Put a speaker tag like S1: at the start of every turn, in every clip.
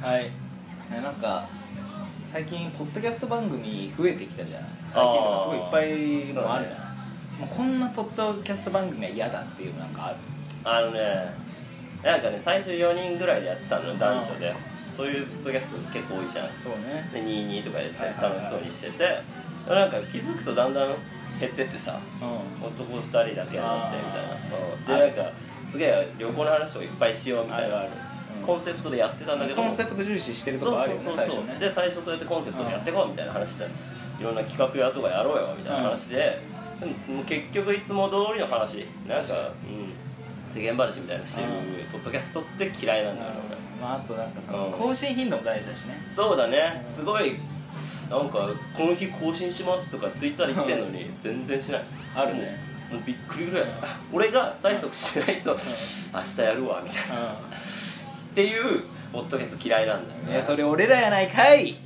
S1: はいえなんか最近ポッドキャスト番組増えてきたじゃない最近
S2: あ
S1: と
S2: ー
S1: かすごいいっぱいもあるじ
S2: そ
S1: ゃ
S2: う
S1: ない、もうこんなポッドキャスト番組は嫌だっていうのなんかある
S2: あのねなんかね最初4人ぐらいでやってたのよ男女でそういうポッドキャスト結構多いじゃん
S1: そうね
S2: で22とかで
S1: はいはいはい
S2: 楽しそうにしててでもなんか気づくとだんだん減ってってさ
S1: うん
S2: 男2人だけになってみたいな
S1: あ
S2: うんでなんかすげえ旅行の話をいっぱいしようみ
S1: あ
S2: たい
S1: るあ
S2: な
S1: る、うん
S2: コンセプトでやってたんだけど
S1: コンセプト重視してると
S2: そう
S1: こある
S2: そ
S1: よね
S2: うそう
S1: 最
S2: そう
S1: 初ね
S2: で最初そうやってコンセプトでやってこうみたいな話でいろんな企画やとかやろうよみたいな話で、うん、結局いつも通りの話なん
S1: 確か
S2: か、うん、世間話みたいなしてる
S1: う
S2: ポッドキャストって嫌いなんだよね俺
S1: うんまあ、あとなんかその
S2: うん
S1: 更新頻度も大事だしね
S2: そうだねすごいなんか「この日更新します」とかツイッターで言ってんのに全然しない
S1: あるね
S2: もうびっくりぐらい俺が催促しないと明日やるわみたいなっていうポッドキャスト嫌いなんだよ
S1: うん
S2: ね
S1: いやそれ俺らやないかい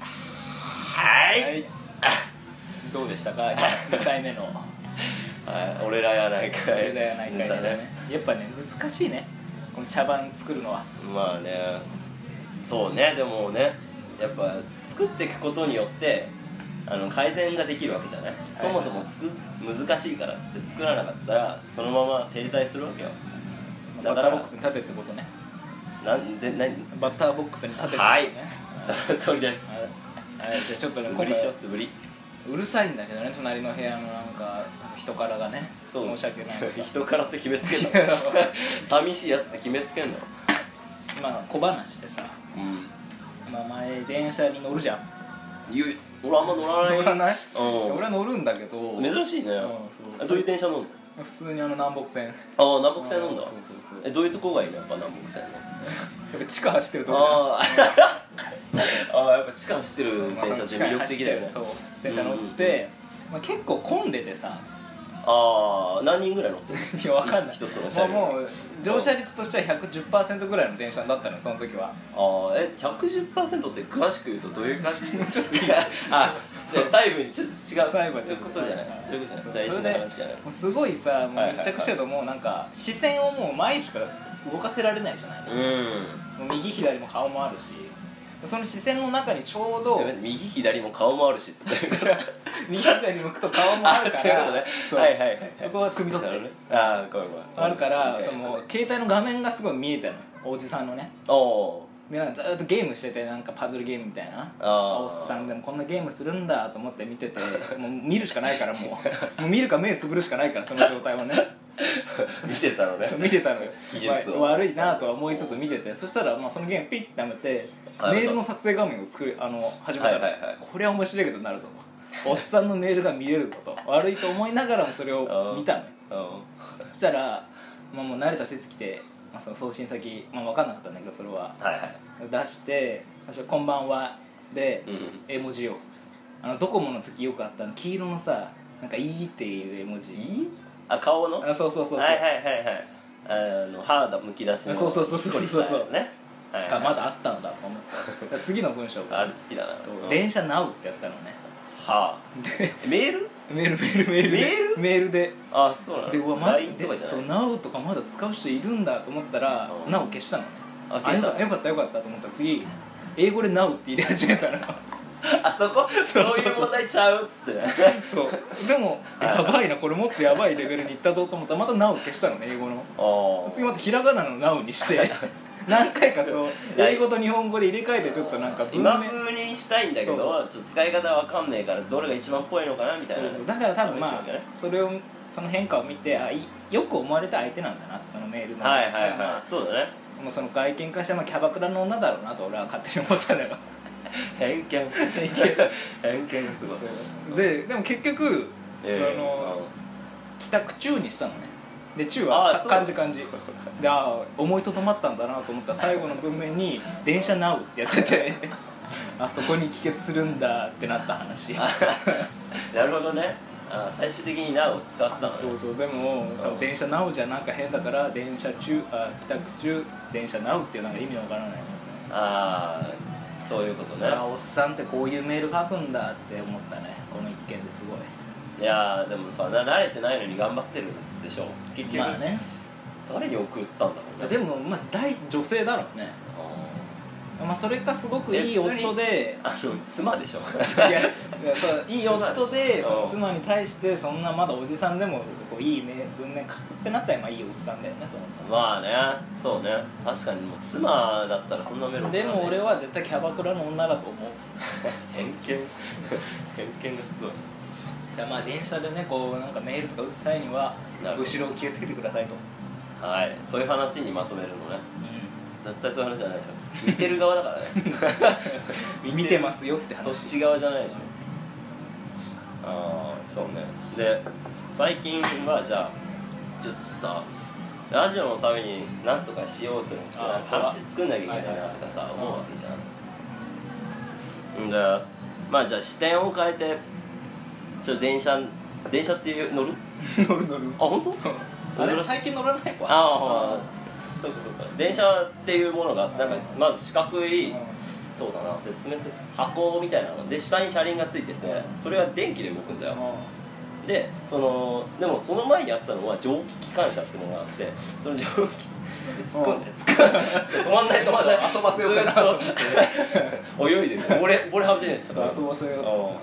S2: は
S1: はいいどうでしたか2回目の
S2: はい、俺らやないかい
S1: 俺らやないかい
S2: だ
S1: だねやっぱね難しいねこの茶番作るのは
S2: まあねそうねでもねやっぱ作っていくことによってあの改善ができるわけじゃない、
S1: い
S2: そもそもつく難しいからっつって作らなかったらそのまま停滞するわけよ
S1: バ
S2: だ
S1: ッ
S2: か
S1: タ
S2: ら
S1: ーボックスに立てってことね
S2: なんで何
S1: バッターボックスに立てってことね
S2: はいその通りです
S1: はいはいじゃあちょっとね
S2: 素
S1: 今
S2: 振りしよう
S1: 回
S2: 素振り
S1: うるさいんだけどね隣の部屋のなんか多分人からがね
S2: そう
S1: 申し訳ないですが
S2: 人からって決めつけんの 寂しいやつって決めつけんの
S1: 今の小話でさ
S2: うん
S1: まあ前電車に乗るじゃん
S2: 言う俺あんま乗らない
S1: 乗らない
S2: うん
S1: 俺は乗るんだけど
S2: 珍しい
S1: う
S2: ね、
S1: んそう
S2: あどういう電車乗んの
S1: 普通にあの南北線
S2: ああ南北線なんだ
S1: そうそうそう
S2: えどういうとこがいいのやっぱ南北線の
S1: やっぱ地下走ってるとこじゃん
S2: あー あーやっぱ地下走ってる
S1: そう
S2: 電
S1: まあそ
S2: 車
S1: の
S2: って
S1: 地下に
S2: 魅力
S1: 走って
S2: 的
S1: る
S2: だよね
S1: そう電車乗って、まあ、結構混んでてさ
S2: ああ何人ぐらい乗ってる
S1: いやわかんない
S2: 一つの車両
S1: もうもう乗車率としては110%ぐらいの電車だったのよその時は
S2: ああえ110%って詳しく言うとどういう感 じちょっといや あじゃあ細部にちょっと違う
S1: 細部は
S2: そう
S1: ち
S2: い
S1: ょ
S2: う
S1: っと
S2: ことじゃないそういうことじゃない大
S1: そう
S2: 事な話じゃない
S1: もうすごいさも
S2: はいうはいはい
S1: 密着してるともうなんか視線をもう前しか動かせられないじゃない、
S2: うん
S1: もう右左も顔もあるしその視線の中にちょうど
S2: やべ右左も顔もあるしって言ったよ
S1: 右左に向くと顔もあるか
S2: あそういう
S1: ら
S2: ことね
S1: そう
S2: はいはいはいはい
S1: そこは汲み取
S2: な
S1: って
S2: るほどね
S1: る
S2: ああごめんごめん
S1: あるから
S2: はい
S1: その携帯の画面がすごい見えたのおじさんのね
S2: おー
S1: でなんかずっとゲームしててなんかパズルゲームみたいな
S2: あー
S1: おっさんでもこんなゲームするんだと思って見ててもう見るしかないからもうもう見るか目つぶるしかないからその状態をね
S2: 見てたの ね
S1: そう見てたのよ
S2: 技術を
S1: わ悪いなとは思いつつ見ててそしたらまあそのゲームピッてやめて
S2: はい
S1: メールの作成画面を作りあの始めたの、
S2: はいはいはい
S1: これは面白いことになるぞとおっさんのメールが見れるぞと悪いと思いながらもそれを見たのよ
S2: うん
S1: そしたら、まあ、もう慣れた手つきで、まあ、その送信先、まあ、分かんなかったんだけどそれは
S2: はいはい
S1: 出して最初「こんばんは」で
S2: うん
S1: 絵文字をあのドコモの時よくあったの黄色のさなんか「いい」っていう絵文字
S2: いいあ顔の
S1: あそうそうそうそう、
S2: はいはいはいはいあの歯がむき出しの
S1: そうそうそうそうそうそう
S2: しっこりしたやつねはいはい
S1: あまだあったんだと思って次の文章
S2: あ
S1: が
S2: れ好きだな
S1: そう
S2: うん
S1: 電車ナウ」ってやったのね
S2: 歯
S1: で
S2: メール
S1: メールメールメールで
S2: メール
S1: メールで
S2: あそうなの
S1: でうわマジ
S2: LINE
S1: で
S2: とかじゃ
S1: そう
S2: ない
S1: なおとかまだ使う人いるんだと思ったら
S2: うん
S1: なお消したのね
S2: あ消した
S1: よかよかったよかったと思ったら次英語でなおって入れ始めたら
S2: あそこ
S1: そうそう
S2: そういう問題ちゃうっつってね
S1: そうでもやばいなこれもっとやばいレベルにいったぞと思ったらまたなお消したのね英語の
S2: あー
S1: 次またひらがなのなおにして何回かそう英語と日本語で入れ替えてちょっとなんか文
S2: 今
S1: 面
S2: 風にしたいんだけど
S1: そ
S2: ちょっと使い方わかんないからどれが一番っぽいのかなみたい
S1: そ
S2: な
S1: うそうだから多分まあ
S2: 面白いね
S1: それをその変化を見てあいよく思われた相手なんだなとそのメールの
S2: はいはい
S1: まあま
S2: はいそうだね
S1: あもうその外見からしてまあキャバクラの女だろうなと俺は勝手に思ったのよ
S2: 偏見偏
S1: 見
S2: 偏見がすごい
S1: そうででも結局、
S2: ええ
S1: あの帰宅中にしたのねで中
S2: あ
S1: は
S2: ー
S1: か
S2: そう
S1: 漢字漢 字であー思いとどまったんだなと思ったら最後の文面に「電車なう」ってやって て あそこに帰結するんだってなった話
S2: なるほどねあー最終的に「な」を使ったのよ
S1: そうそうでも多分電車なおじゃなんか変だから電車中あ帰宅中電車なおっていうなんか意味のわからない
S2: ああそういうことね
S1: さあおっさんってこういうメール書くんだって思ったねこの一件ですごい
S2: いやーでもさな慣れてないのに頑張ってるでしょ結局、
S1: まあね
S2: 誰に送ったんだろうね
S1: でもまあ大女性だろうね
S2: あ
S1: まあそれかすごくいい夫で
S2: ーあの妻でしょ
S1: いやいやそういい夫で
S2: うん
S1: 妻に対してそんなまだおじさんでもこういいね文面書くってなったらまあいいおじさんだよねそもそも
S2: まあねそうね確かにもう妻だったらそんなメロン
S1: でも俺は絶対キャバクラの女だと思う
S2: 偏見偏見がすごい
S1: だからまあ電車でねこうなんかメールとか打つ際には
S2: なるほど
S1: 後ろを気をつけてくださいと、
S2: はいそういう話にまとめるのね
S1: う
S2: 絶対そういう話じゃないでしょ見てる側だ からね
S1: ん、見てますよって話
S2: そっち側じゃないでしょああそうねで最近はじゃあちょっとさラジオのために何とかしようと思って
S1: あー
S2: 話作んなきゃいけないなとか
S1: は
S2: さ
S1: いはいはい
S2: 思うわけじゃんんでまあじゃあ視点を変えてちょっと電車電車っていう乗る
S1: 乗る乗る
S2: あ本 当
S1: あでも最近乗らないわ
S2: ああそうかそうか電車っていうものがなんかまず四角
S1: う
S2: い
S1: ん
S2: そうだな説明する箱みたいなので下に車輪がついててそれは電気で動くんだよでそのでもその前にあったのは蒸気機関車ってものがあってその蒸気で突っ込んで
S1: うん
S2: 突っ込んで止まんない止まんない
S1: 遊ばせようかなと 思って
S2: ずっと 泳いでる溺れ溺れ始めて
S1: ち
S2: た
S1: ょっと遊ばせようと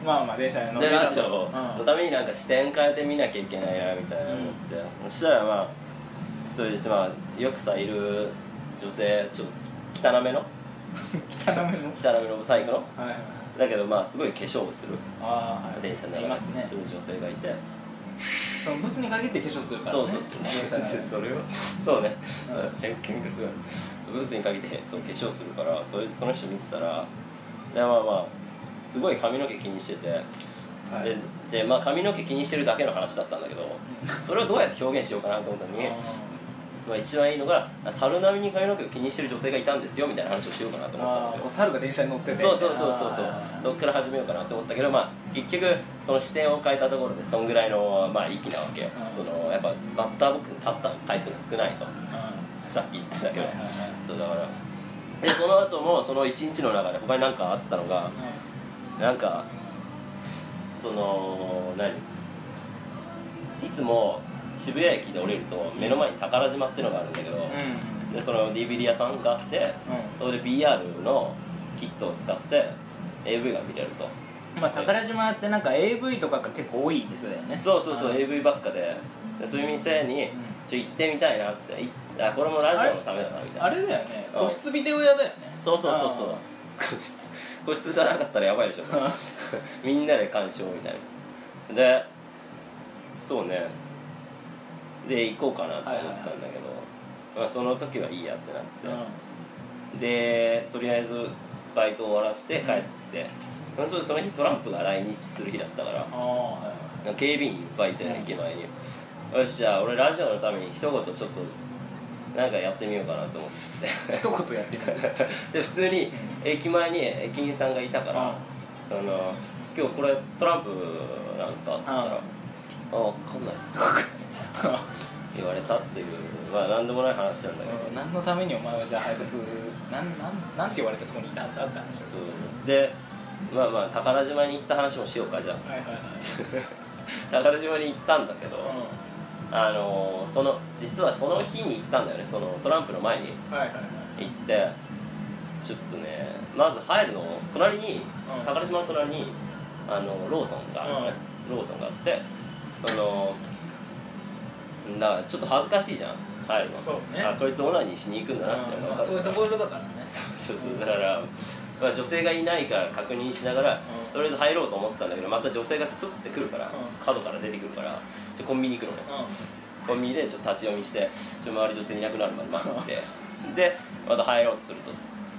S1: うんまあまあ電車に乗
S2: で
S1: り
S2: ラ
S1: な
S2: ジオ
S1: と
S2: のためになんか視点変えて見なきゃいけないなみたいな思って、そしたらまあそれでまあよくさいる女性ちょっと汚めの
S1: 汚めの
S2: 汚めのサイクの
S1: はいはい
S2: だけどまあすごい化粧をする
S1: ああ
S2: 電車の中
S1: い
S2: で
S1: ますね
S2: する女性がいて
S1: そのブスに限って化粧するからね
S2: そうそう
S1: 電車の
S2: それはそうね
S1: うん
S2: そう偏見がすごいブースに限ってそう化粧するからそれでその人見てたらでまあまあすごい髪の毛気にしてて、
S1: 中はい
S2: ででまあ髪の毛気にしてるだけの話だったんだけどそれをどうやって表現しようかなと思ったのに、まあ、一番いいのが猿並みに髪の毛を気にしてる女性がいたんですよみたいな話をしようかなと思ったん
S1: あ
S2: だ
S1: あ
S2: け
S1: こう
S2: ど
S1: 猿が電車に乗ってて
S2: そうそうそうそうそう
S1: あー
S2: そっから始めようかなと思ったけどまあ結局その視点を変えたところでそんぐらいのまあ息なわけよ、
S1: うん
S2: そのやっぱバッターボックスに立った回数が少ないと
S1: う
S2: さっき言ってたけ
S1: ん
S2: ど、
S1: はいはいはい
S2: そうだからでその後もその一日の中で他に何かあったのがなんかその何いつも渋谷駅で降りると目の前に宝島ってのがあるんだけど、
S1: うん
S2: でその DVD 屋さんがあってそこで BR のキットを使って AV が見れると
S1: うんまあ宝島ってなんか AV とかが結構多いですよね
S2: そうそうそう
S1: あの
S2: AV ばっかででそういう店にちょ行ってみたいなっていあこれもラジオのためだなみたいな
S1: あれだよね
S2: うん
S1: 個室ビデオ屋だよね
S2: そうそうそうそう個室個室じゃなかったらやばいでしょ
S1: あ
S2: みんなで鑑賞みたいなでそうねで行こうかなと思ったんだけど、まあ、その時はいいやってなって、
S1: ー
S2: でとりあえずバイト終わらして帰って、そのその日トランプが来日する日だったから
S1: あーはい
S2: 警備員いっぱいいて、
S1: うん
S2: 駅前によしじゃあ俺ラジオのために一言ちょっとなんかやってみようかなと思って
S1: 一言やってみる
S2: で普通に駅前に駅員さんがいたから「あの今日これトランプなんですか?」っつったら「
S1: うん
S2: あ分かんないっす」言われたっていうまあ何でもない話なんだけど、
S1: うん何のためにお前はじゃあ配属なんなんなんて言われてそこにいたんだって話
S2: そうでまあまあ宝島に行った話もしようかじゃあ
S1: はいはいはい
S2: 宝島に行ったんだけど、
S1: う
S2: あのその実はその日に行ったんだよねそのトランプの前に
S1: んはいはいはい
S2: 行ってちょっとねまず入るの隣に、
S1: うん
S2: 宝島の隣にあのローソンがあるのね、ローソンがあってあのだからちょっと恥ずかしいじゃん入るの
S1: そうね
S2: あこいつオナニーしに行くんだなって
S1: う
S2: い
S1: ん
S2: のが
S1: まあ
S2: 分か
S1: そうい
S2: る
S1: うところ
S2: から
S1: だからね
S2: そうそうだから、まあ、女性がいないから確認しながら、
S1: うん
S2: とりあえず入ろうと思ってたんだけどまた女性がスッて来るから、
S1: うん
S2: 角から出てくるからちょコンビニ行くのねコンビニでちょっと立ち読みしてちょ周り女性いなくなるまで待って でまた入ろうとすると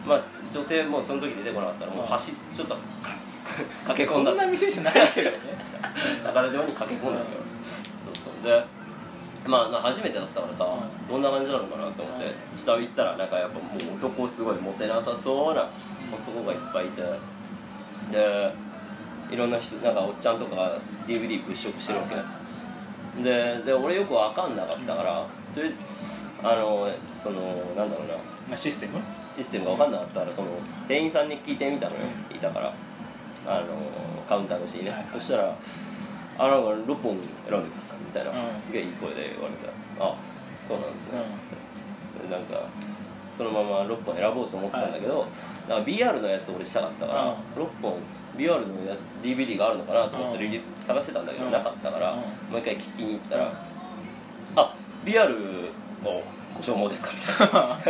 S2: まあ女性もうその時出てこなかった らもう走っちょっと
S1: うん
S2: 駆け
S1: そ
S2: 込んだ
S1: んな店じゃないけどね
S2: 宝島に駆け込んだけどそうそうでまあまあ初めてだったからさ、
S1: うん
S2: どんな感じなのかなと思って、
S1: う
S2: 下を行ったらなんかやっぱもう男すごいモテなさそうな男がいっぱいいてでいろんな人なんかおっちゃんとか DVD 物色してるわけでで俺よく分かんなかったからそれあのそのなんだろうな
S1: まあ、システム
S2: システムが分かんなかったからその店員さんに聞いてみたのよ、
S1: う
S2: いたからあのカウンター越しにね、
S1: はいはい
S2: そしたら「あなんか6本選んでください」みたいな、
S1: うん
S2: すげえいい声で言われて「あそうなんですね」
S1: うん
S2: つって、でなんかそのまま6本選ぼうと思ったんだけど、なんか BR のやつ俺したかったから、
S1: うん
S2: 6本 BR のや DVD があるのかなと思って、
S1: うん
S2: リ探してたんだけど、
S1: うん
S2: なかったから、
S1: うん
S2: もう一回聞きに行ったら 「
S1: うん
S2: あ BR のご消耗ですか?」みたいな。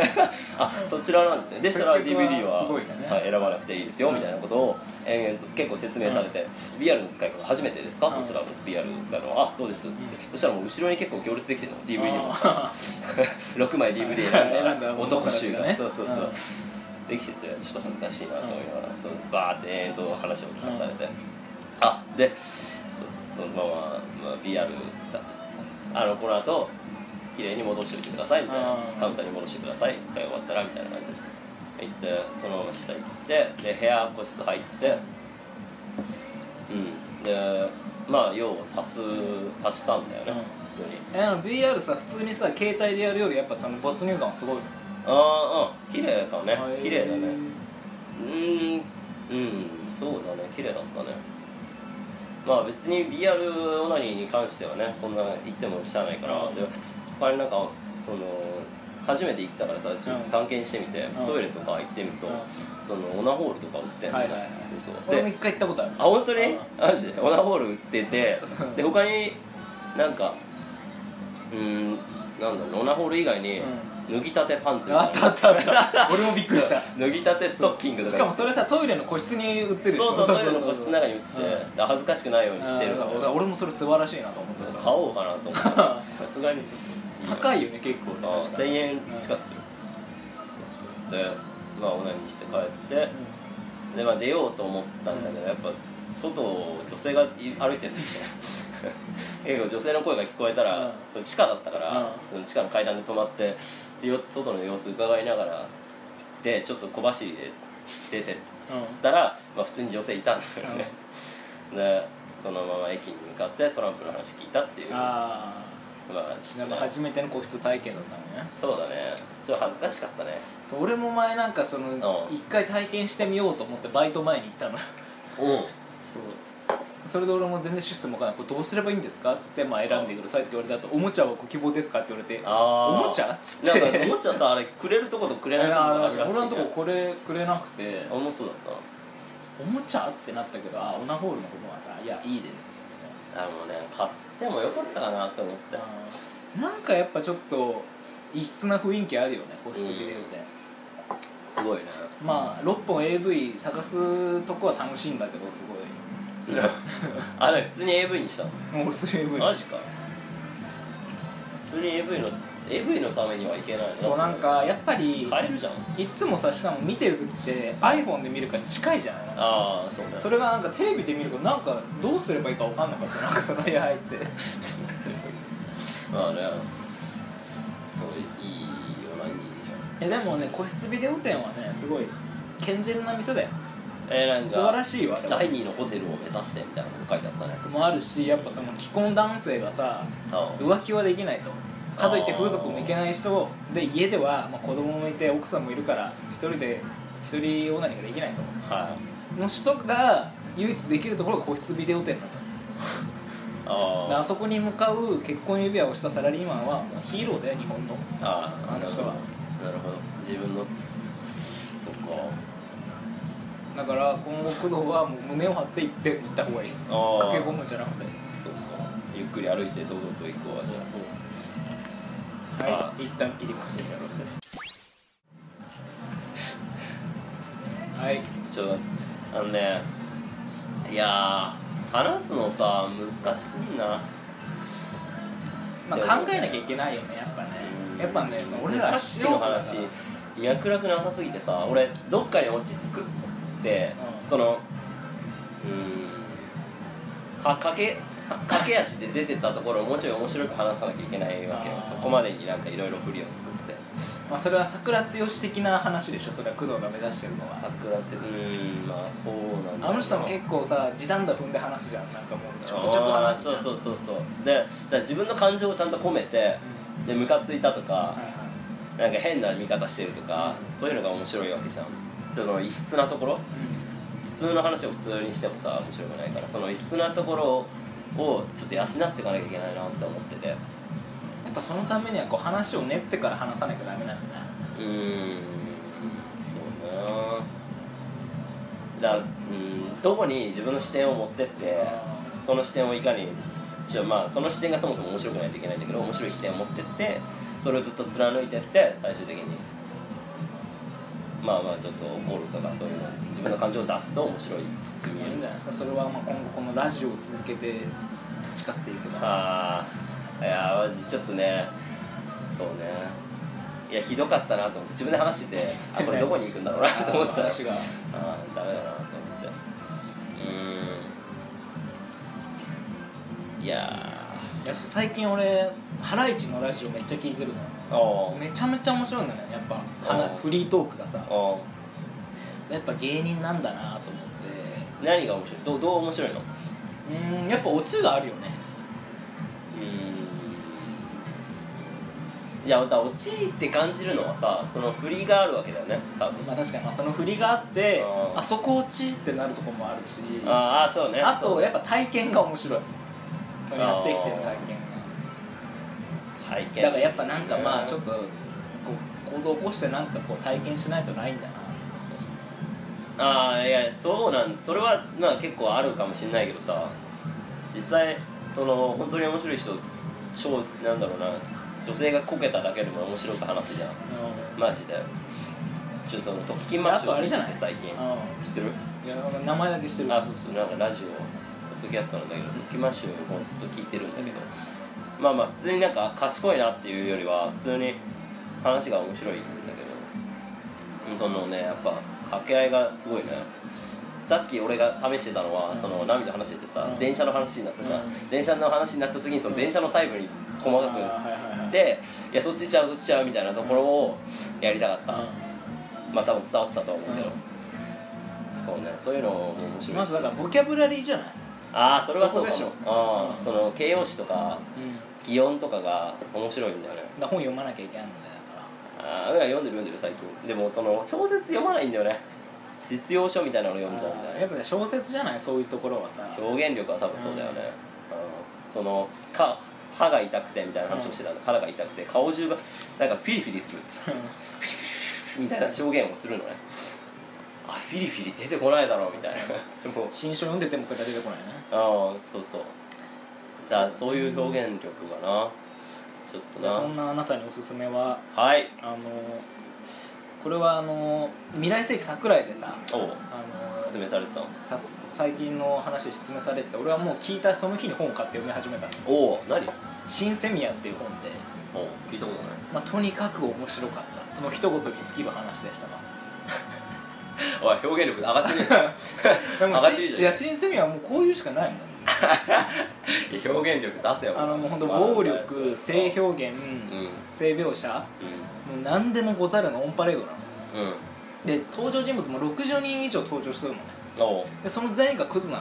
S2: あそちらなんですねでしたら
S1: 接客は
S2: DVD は
S1: すごいよね
S2: はい、選ばなくていいですよみたいなことを延々と結構説明されて「VR の使い方初めてですか
S1: うん
S2: こちらの VR の使い方はあそうです」っつってそしたらもう後ろに結構行列できてるの DVD も
S1: あ
S2: 6枚 DVD 選んだ
S1: 選んだ
S2: 男衆が
S1: 男たちがね
S2: そうそうそうできててちょっと恥ずかしいなと思いながらそうバーって延々と話を聞かされてあでそそのまままあ VR 使ってあのこの後綺麗に戻しておいてくださいみたいな
S1: うん
S2: カウンターに戻してください使い終わったらみたいな感じで行ってそのまま下行ってで部屋個室入ってうんでまあ用を足す足したんだよ
S1: う
S2: ね、
S1: ん
S2: 普通に
S1: えあの VR さ普通にさ携帯でやるよりやっぱその没入感はすごい
S2: ああうん綺麗だね
S1: へー
S2: 綺麗だねうーんうんそうだね綺麗だったねまあ別に BR オナニーに関してはねそんな言ってもしゃあないから、
S1: うん
S2: であれなんかその初めて行ったからさちょっと探検してみて、
S1: うん
S2: トイレとか行ってみると、
S1: うん
S2: そのオナホールとか売ってんの
S1: はいはいはい
S2: そうそう
S1: 俺も
S2: で
S1: 一回行ったことある
S2: あ本当に
S1: うん
S2: マジでオナホール売ってて
S1: うん
S2: で他になんかうーんなんだろうオナホール以外に脱ぎたてパンツみたいな
S1: あったあったあ った 俺もびっくりした
S2: 脱ぎたてストッキングと
S1: し
S2: か
S1: かもそれさトイレの個室に売ってるでし
S2: そ
S1: ょ
S2: うそうトイレの個室の中に映っ
S1: う
S2: てて恥ずかしくないようにしてる
S1: ん
S2: か
S1: あーだから
S2: ら
S1: 俺もそれ素晴らしいなと思ってさ
S2: 買おうかなと思ってさすがにちょっと
S1: 高
S2: い
S1: いよね結構
S2: あ
S1: 確か
S2: 1000
S1: に
S2: 円近くするそうそうでまあオナニーして帰ってでまあ出ようと思ったんだけどやっぱ外を女性がい歩 いてるんだよね結構女性の声が聞こえた
S1: う
S2: ら
S1: ん
S2: その地下だったから、
S1: うん
S2: その地下の階段で止まってよ外の様子伺いながらでちょっと小走りで出てっ
S1: うんうん
S2: たら、まあ、普通に女性いたんだよね、でそのまま駅に向かってトランプの話聞いたっていうまあ
S1: あ
S2: ち
S1: あな
S2: ょっ
S1: ん
S2: と
S1: か
S2: ね
S1: 初めての個室体験だったのね
S2: そうだねちょっと恥ずかしかったね
S1: 俺も前なんかその
S2: うん
S1: 一回体験してみようと思ってバイト前に行ったの
S2: う
S1: そうそれで俺も全然システムわかんないこれどうすればいいんですかっつって、まあ、選んでくださいって言われたとおもちゃはご希望ですかって言われて
S2: ああ
S1: おもちゃっつって
S2: なんかおもちゃさあれくれるとことくれないとこ
S1: あ
S2: があ
S1: あ
S2: るらしい
S1: 俺のとここれくれなくて
S2: あもうそうだっ
S1: おもちゃってなったけどあオナホールのことはさ「いやいいです」って言ってね
S2: たあもうね買ってもよかったかなと思って
S1: なんかやっぱちょっと異質な雰囲気あるよね個室ビデオで、
S2: すごいね
S1: まあ6本 AV 探すとこは楽しいんだけどすごい
S2: あれ普通に AV にしたの
S1: もう俺それ AV
S2: マジか普通に AV の AV のためにはいけないの
S1: そうなんかやっぱり
S2: 買えるじゃん
S1: いつもさしかも見てる時って iPhone で見るから近いじゃない
S2: ああそうね
S1: それがなんかテレビで見るとなんかどうすればいいか分かんなかったなんかその部屋入って
S2: まあねそういいよなにいいじゃん
S1: えでもね個室ビデオ店はねすごい健全な店だよ
S2: えー、なんか
S1: 素晴らしいわでも
S2: 第二のホテルを目指してみたいなこと書いてあったね
S1: もあるしやっぱその既婚男性がさ
S2: あー
S1: 浮気はできないとかといって風俗もいけない人で家では、まあ、子供もいて奥さんもいるから一人で一人オナニーができないと
S2: はい
S1: の人が唯一できるところが個室ビデオ店なの
S2: あ
S1: であ
S2: ー
S1: そこに向かう結婚指輪をしたサラリーマンはもうヒーローだよ日本の
S2: あー
S1: あの人は
S2: なるほど自分のそっか
S1: だから今後工藤はもう胸を張って行って行った方がいい
S2: ああ
S1: 駆け込むんじゃなくて
S2: そっかゆっくり歩いて堂々と行こうじゃあ
S1: はい一旦切りますはい
S2: あちょっとあのねいやー話すのさ難しすぎんな
S1: まあ考えなきゃいけないよねやっぱねやっぱねその俺ら
S2: さ
S1: は
S2: っ
S1: 素
S2: き
S1: 人だ
S2: の
S1: から
S2: 話脈絡なさすぎてさ俺どっかに落ち着くって、
S1: うん
S2: そのうーんは駆けは駆け足で出てったところをもうちょい面白く話さなきゃいけないわけよ
S1: あー
S2: そこまでになんかいろいろ不利を作って
S1: まあ、それは桜剛的な話でしょそれは工藤が目指してるのは
S2: 桜つうんまあそうなんだ
S1: あの人も
S2: 結
S1: 結構さ時短だ踏んで話すじゃんなんかもうちょ
S2: 構
S1: こちょこ話すじ
S2: そ
S1: ゃん
S2: うそうそうそうでだから自分の感情をちゃんと込めて
S1: う
S2: でムカついたと
S1: ん
S2: か
S1: はいはい
S2: なんか変な見方してるとかそういうのが面白いわけじゃんその異質なところ普通の話を普通にしてもさ面白くないからその異質なところをちょっと養っていかなきゃいけないなって思ってて
S1: うんやっぱそのためにはこう話を練ってから話さなきゃダメなんじゃないう
S2: ーんそうねだうんどこに自分の視点を持ってってその視点をいかにじゃあまあその視点がそもそも面白くないといけないんだけど面白い視点を持ってってそれをずっと貫いてって最終的にまあまあちょっと怒るとかそういうの自分の感情を出すと面白いって
S1: いいん
S2: 見え
S1: じ
S2: る
S1: ゃないですかそれはまあ今後このラジオを続けて培っていくの
S2: ああいやマジちょっとねそうねいやひどかったなと思って自分で話してて あこれどこに行くんだろうなと思ってたら
S1: 話が
S2: ああダメだなと思ってうーんいや
S1: いやそう最近俺ハライチのラジオめっちゃ聞いてるの
S2: ーおー
S1: めちゃめちゃ面白いんだねやっぱ
S2: お
S1: 話フリートークがさ
S2: おー
S1: やっぱ芸人なんだなと思って
S2: 何が面白いどうどう面白いのう
S1: うーんやっぱオチがあるよね
S2: ーんいやだから落ちって感じるのはさその振りがあるわけだよね多分
S1: まあ確かにまあその振りがあって
S2: うん
S1: あそこ落ちってなるとこもあるしあ
S2: ああそうね
S1: と
S2: そう
S1: やっぱ体験が面白いやってきてる体験が
S2: 体験
S1: だからやっぱなんかまあちょっ
S2: と
S1: とこう行動を起こしてなんかこう体験しないとないんだな
S2: ああいやそうなんそれはまあ結構あるかもしれないけどさ実際その本当に面白い人超なんだろうな女性がこけただけでも面白く話すじゃんマジでちょっとその特勤マッシュを聞いてて最近
S1: う
S2: 知ってる
S1: んいや名前だけしてる
S2: あそうそうなんかラジオポッドキャストなんだけど特勤マッシュをずっと聞いてるんだけどまあまあ普通になんか賢いなっていうよりは普通に話が面白いんだけどうんそのねやっぱ掛け合いがすごいねさっき俺が試してたのは、
S1: うん
S2: そのナミと話しててさ、
S1: うん
S2: 電車の話になったじゃん、
S1: うん
S2: 電車の話になった時にその電車の細部に細
S1: あ
S2: かく
S1: ー
S2: 行
S1: はいはいはい
S2: っていやそっち行っちゃうそっち行っちゃうみたいなところをやりたかった、
S1: う
S2: まあ多分伝わってたと思うけど、
S1: うん
S2: そうねそういうのも面白いし
S1: んまずだからボキャブラリーじゃない
S2: ああそれはそうかも
S1: そこでし
S2: あ
S1: うん
S2: その形容詞とか
S1: うんだか
S2: 擬音とかが面白いんだよね
S1: ら本読まなきゃいけないんだよだから
S2: ああ読んでる読んでる最近でもその小説読まないんだよね実用書みたいなの読んじゃうんだよ
S1: やっ
S2: ね
S1: ぱね小説じゃないそういうところはさ
S2: 表現力は多分そうだよね、うんそのか歯が痛くてみたいな話をしてたの、歯が痛くて顔中がなんかフィリフィリするっつ
S1: う
S2: みたいな表現をするのねあフィリフィリ出てこないだろうみたい なもうん
S1: 新書読んでてもそれが出てこないね
S2: ああそうそうだからそういう表現力がなちょっと
S1: でそん
S2: な
S1: なあなたにおすすめは
S2: はい
S1: あのこれはあの未来世紀桜井でさ
S2: おう
S1: あ
S2: 勧
S1: の
S2: めされてたの
S1: さ最近の話で勧めされてて俺はもう聞いたその日に本を買って読み始めたの
S2: おお何
S1: 「新セミア」っていう本で、
S2: おう聞いたことない
S1: まあ、とにかく面白かったもう一言に尽きる話でしたが
S2: おい表現力上がってね
S1: でも
S2: 上がってるじゃん
S1: いや新セミアはもうこういうしかないもん
S2: えよいや表現力出せよ
S1: あのもう本当
S2: まあ
S1: 暴力性表現、
S2: うんうん
S1: 性描写もう何でもござるのオンパレードなの
S2: うん
S1: で登場人物も60人以上登場するのね
S2: おう
S1: でその全員がクズな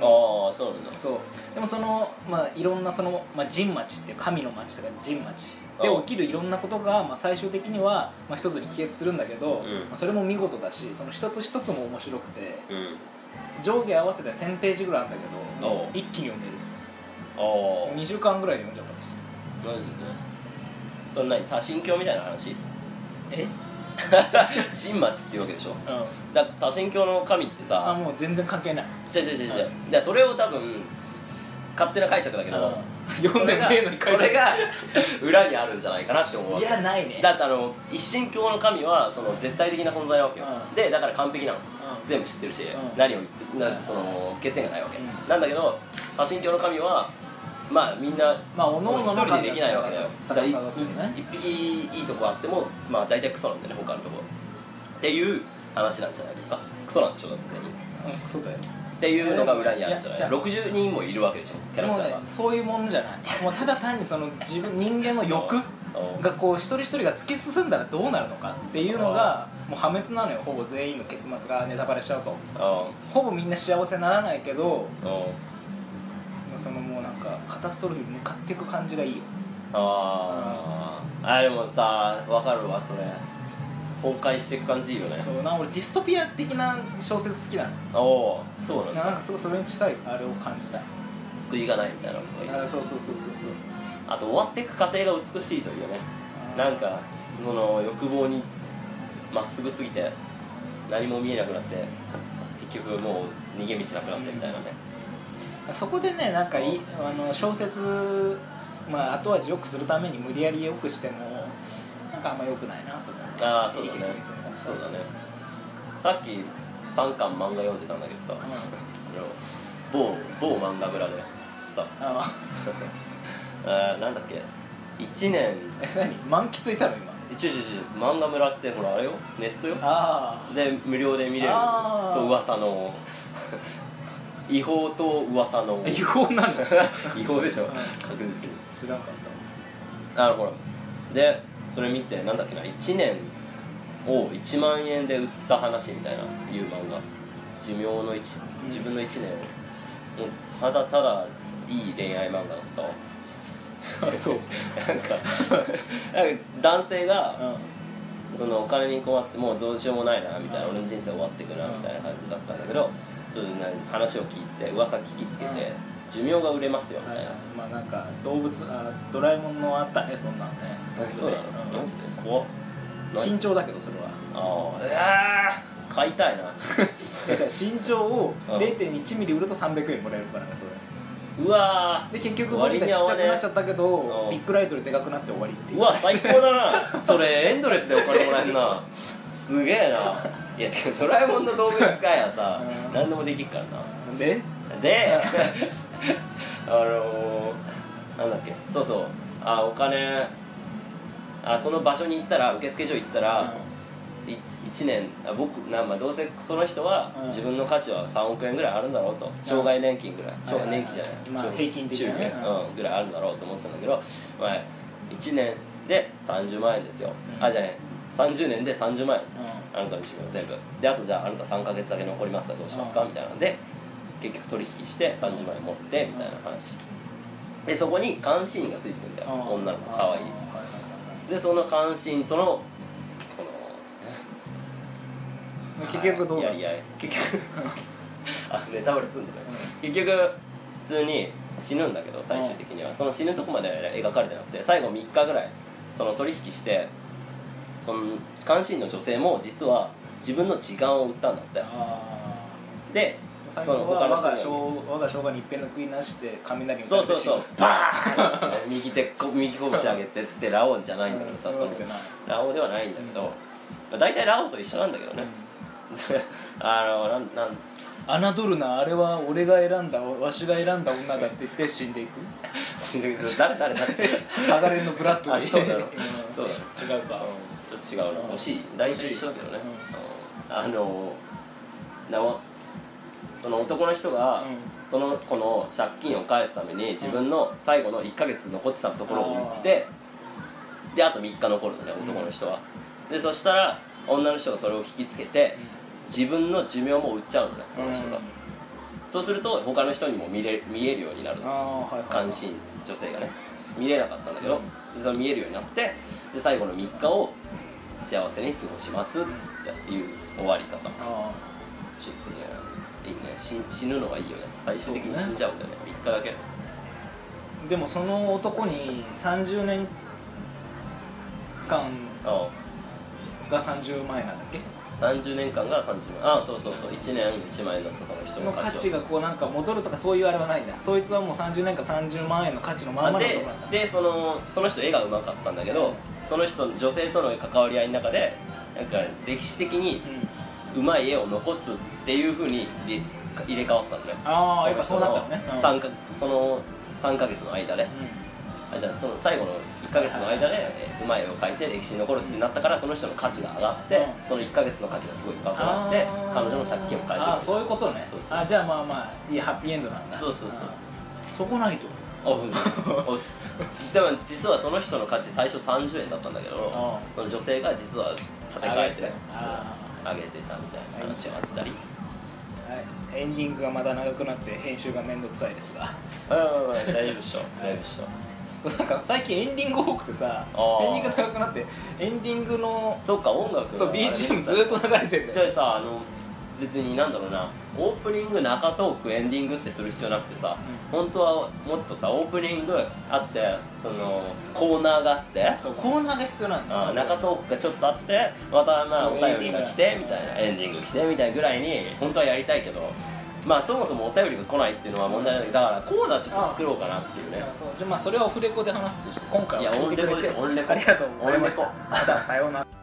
S1: の
S2: ああそうなんだ
S1: そうでもその、まあ、いろんなその、まあ、神町っていう神の町とか神町で
S2: うん
S1: 起きるいろんなことが、まあ、最終的には、まあ、一つに帰結するんだけど、
S2: うん
S1: まあ、それも見事だしその一つ一つも面白くて
S2: うん
S1: 上下合わせて1000ページぐらいあったけど
S2: おう
S1: 一気に読める
S2: おお
S1: 2週間ぐらいで読んじゃっ
S2: マジでそんなに多神教みたいな話
S1: たえ
S2: 神町っていうわけでしょ
S1: うん
S2: だ多神教の神って
S1: あ
S2: さ
S1: もう全然関係ない
S2: 違う違う違う違うだからそれを多分勝手な解釈だけど
S1: うん読んでねえのに
S2: それがそれが裏にあるんじゃないかなって思うわ
S1: い
S2: け
S1: やないね
S2: だってあの一神教の神はその絶対的な存在なわけよ、
S1: うん
S2: でだから完璧なの
S1: う
S2: 全部知ってるし、
S1: うん
S2: 何を言ってな
S1: うん
S2: その欠点がないわけ、
S1: うん
S2: なんだけど多神教の神はまあみんな
S1: まあおのおのの
S2: その一人でできないわけだよだからい
S1: 逆さ逆さだってね
S2: 一匹いいとこあってもまあ大体クソなんだよね他のとこっていう話なんじゃないですかクソなんでしょだって全員っ
S1: ん、うん、そうだよ
S2: ていうのが裏にあるんじゃない
S1: いやじゃあ
S2: 60人もいるわけでしょキャラ
S1: も
S2: ク
S1: う
S2: ター
S1: ね
S2: が
S1: そういうものじゃないもうただ単にその自分人間の欲
S2: お
S1: がこう一人一人が突き進んだらどうなるのかっていうのがもう破滅なのよほぼ全員の結末がネタバレしちゃうと
S2: お
S1: ほぼみんな幸せにならないけど
S2: お
S1: そのもうなんかカタストロフィーに向かっていく感じがいいよ
S2: あーあでもさわかるわそれ崩壊していく感じいいよね
S1: そうな俺ディストピア的な小説好きなの
S2: おおそうなんだ
S1: なんかすごいそれに近いあれを感じたあ
S2: 救いがないみたいなことが言う
S1: そうそうそうそうそう
S2: あと終わっていく過程が美しいというねなんかその欲望にまっすぐすぎて何も見えなくなって結局もう逃げ道なくなってみたいなね
S1: そこでねなんかいあの小説、まあ、後味良くするために無理やり良くしてもなんかあんま良くないなと思って
S2: ああそうだね
S1: いい結末になっちゃ
S2: そうだねさっき3巻漫画読んでたんだけどさ、
S1: うん
S2: あの某某漫画村でさ
S1: あ
S2: あーなんだっけ1年
S1: え何満喫いたの今
S2: 一応漫画村ってほらあれよネットよ
S1: あ
S2: で無料で見れる
S1: あー
S2: と噂の 違法と噂の
S1: あ違法な の
S2: 違法でしょ
S1: うん
S2: 確実に
S1: 知らんかっ
S2: あのほらでそれ見てなんだっけな1年を1万円で売った話みたいないう漫画寿命の一
S1: うん
S2: 自分の1年を、もうただただいい恋愛漫画だったわ
S1: たあそう、うん、
S2: なん かなんか男性が、そのお金に困ってもうどうしようもないなみたいな
S1: うん
S2: 俺の人生終わってくなみたいな感じだったんだけどそれでね話を聞いて噂聞きつけて
S1: うん
S2: 寿命が売れますよみ
S1: は
S2: たい
S1: い
S2: な、
S1: まあなんか動物あドラえもんのあったねそんなのね
S2: そうなの
S1: ん
S2: マジで怖っ
S1: 身長だけどそれ は
S2: ああうわー買いたいな
S1: いや違う身長を
S2: うん
S1: 0 1ミリ売ると300円もらえるとかなんかそれ
S2: うわ
S1: で結局ゴリラちっちゃくなっちゃったけど、
S2: うん
S1: ビッグライトででかくなって終わりって
S2: ー
S1: いう
S2: うわ最高だな それエンドレスでお金もらえるな すげえないやてかドラえもんの道具使えや さ
S1: うん
S2: 何でもできるからな
S1: で
S2: で あのー、なんだっけそうそうあお金あその場所に行ったら受付所行ったら、い1年あ僕な、まあ、どうせその人は、
S1: うん
S2: 自分の価値は3億円ぐらいあるんだろうと障害年金ぐらい、障害年金じゃない、
S1: まあ
S2: 障
S1: 平均的なね
S2: 中
S1: うん
S2: うんぐらいあるんだろうと思ってたんだけど、まあ、1年で30万円ですよ、
S1: うん
S2: あじゃあね30年で30万円です、あなたの寿命全部であとじゃああなた3ヶ月だけ残りますかどうしますか、
S1: うん
S2: みたいなので結局取引して30万円持ってみたいな話でそこに監視員がついてくるんだよ、
S1: うん
S2: 女の子かわいいでその監視員とのこの
S1: うん結局どうだ
S2: いやいや結局あネタバレするんだね
S1: う
S2: 結局普通に死ぬんだけど最終的には、その死ぬとこまでは描かれてなくて最後3日ぐらいその取引してその監視員の女性も実は自分の時間を売ったんだって
S1: あ
S2: で
S1: ー
S2: そ
S1: 最
S2: の
S1: 後
S2: 他
S1: は我
S2: の
S1: が
S2: 人に
S1: 生我が生姜に一遍の食いなして雷に
S2: そうそうそううバーン右手こ右拳上げてってラオウじゃないんだけどさ、
S1: うん
S2: その
S1: そうじゃない
S2: ラオウではないんだけど、まあ、大体ラオウと一緒なんだけどね、 あのなんなん
S1: 侮るなあれは俺が選んだわしが選んだ女だって言って死ん でいく
S2: 誰誰誰
S1: 剥がれのブラッド
S2: あ
S1: に
S2: そうだろ
S1: ん
S2: そうだ
S1: 違うか
S2: ちょっと違うな
S1: うん
S2: 惜しい大体一緒だけどね、あのなおその男の人が、
S1: う
S2: その子の借金を返すために自分の最後の1ヶ月残ってたところを売って、であと3日残るのね男の人は、でそしたら女の人がそれを引きつけて自分の寿命も売っちゃうのねその人が、
S1: うん
S2: そうすると他の人にも見れ見えるようになるの
S1: あーはいはい
S2: 監視員女性がね見れなかったんだけどでその見えるようになってで最後の3日を幸せに過ごしますっつっていう終わり方
S1: あ
S2: ちょっとねいいね死死ぬのはいいよね最終的に死んじゃうんだよね3日だけ
S1: ーでもその男に30年間
S2: あ
S1: が30万円なんだっけ
S2: 30年間が30万あそうそうそう1年1万円だったその人
S1: そ
S2: の
S1: の
S2: 価
S1: 価
S2: 値
S1: 値
S2: を
S1: がこうなんか戻るとかそういうあれはないんだそいつはもう30年間30万円の価値のまんまのとこ
S2: で
S1: なんだ
S2: でそのその人絵がうまかったんだけどその人女性との関わり合いの中でなんか歴史的に
S1: うん
S2: うまい絵を残すっていうふうに入れ入れ替わったのね
S1: ああやっぱそうなったのねうん
S2: 三かその3か月の間で、あじゃあその最後の1か月の間で、うまい絵を描いて歴史に残るってなったからその人の価値が上がって、
S1: うん
S2: その1か月の価値がすごい高くなって
S1: あー
S2: 彼女の借金を返
S1: あー
S2: す
S1: そういうことね
S2: そうそうそう
S1: あじゃあまあまあいいハッピーエンドなんだ
S2: そうそうそう
S1: あーそこないと
S2: オ フオスでも実はその人の価値最初30円だったんだけど
S1: うん
S2: その女性が実は立て替えて
S1: あ
S2: 上げてたみたいな話があったり
S1: はい、エンディングがまだ長くなって編集がめんどくさいですが
S2: ああ大丈夫っしょ大丈夫っしょ
S1: なんか最近エンディング多くてさ
S2: あー
S1: エンディング長くなってエンディングの
S2: そっか音楽
S1: そう BGM ずーっと流れてるんだよ
S2: でさあの別になんだろうなオープニング中トークエンディングってする必要なくてさ、
S1: うん
S2: 本当はもっとさオープニングあってそのコーナーがあって
S1: そうコーナーが必要なんだ
S2: あ中トークがちょっとあってまたまあお便りが来て
S1: エンディング
S2: みたいなエンディング来てみたいなぐらいに本当はやりたいけどまあそもそもお便りが来ないっていうのは問題なんだけどだからコーナーちょっと作ろうかなっていうね
S1: いやそうじゃあまあそれはオフレコで話すとして今回は聞いてくれて
S2: いやオンレコですオンレコ
S1: ありがとうございました
S2: オンレ
S1: またさようなら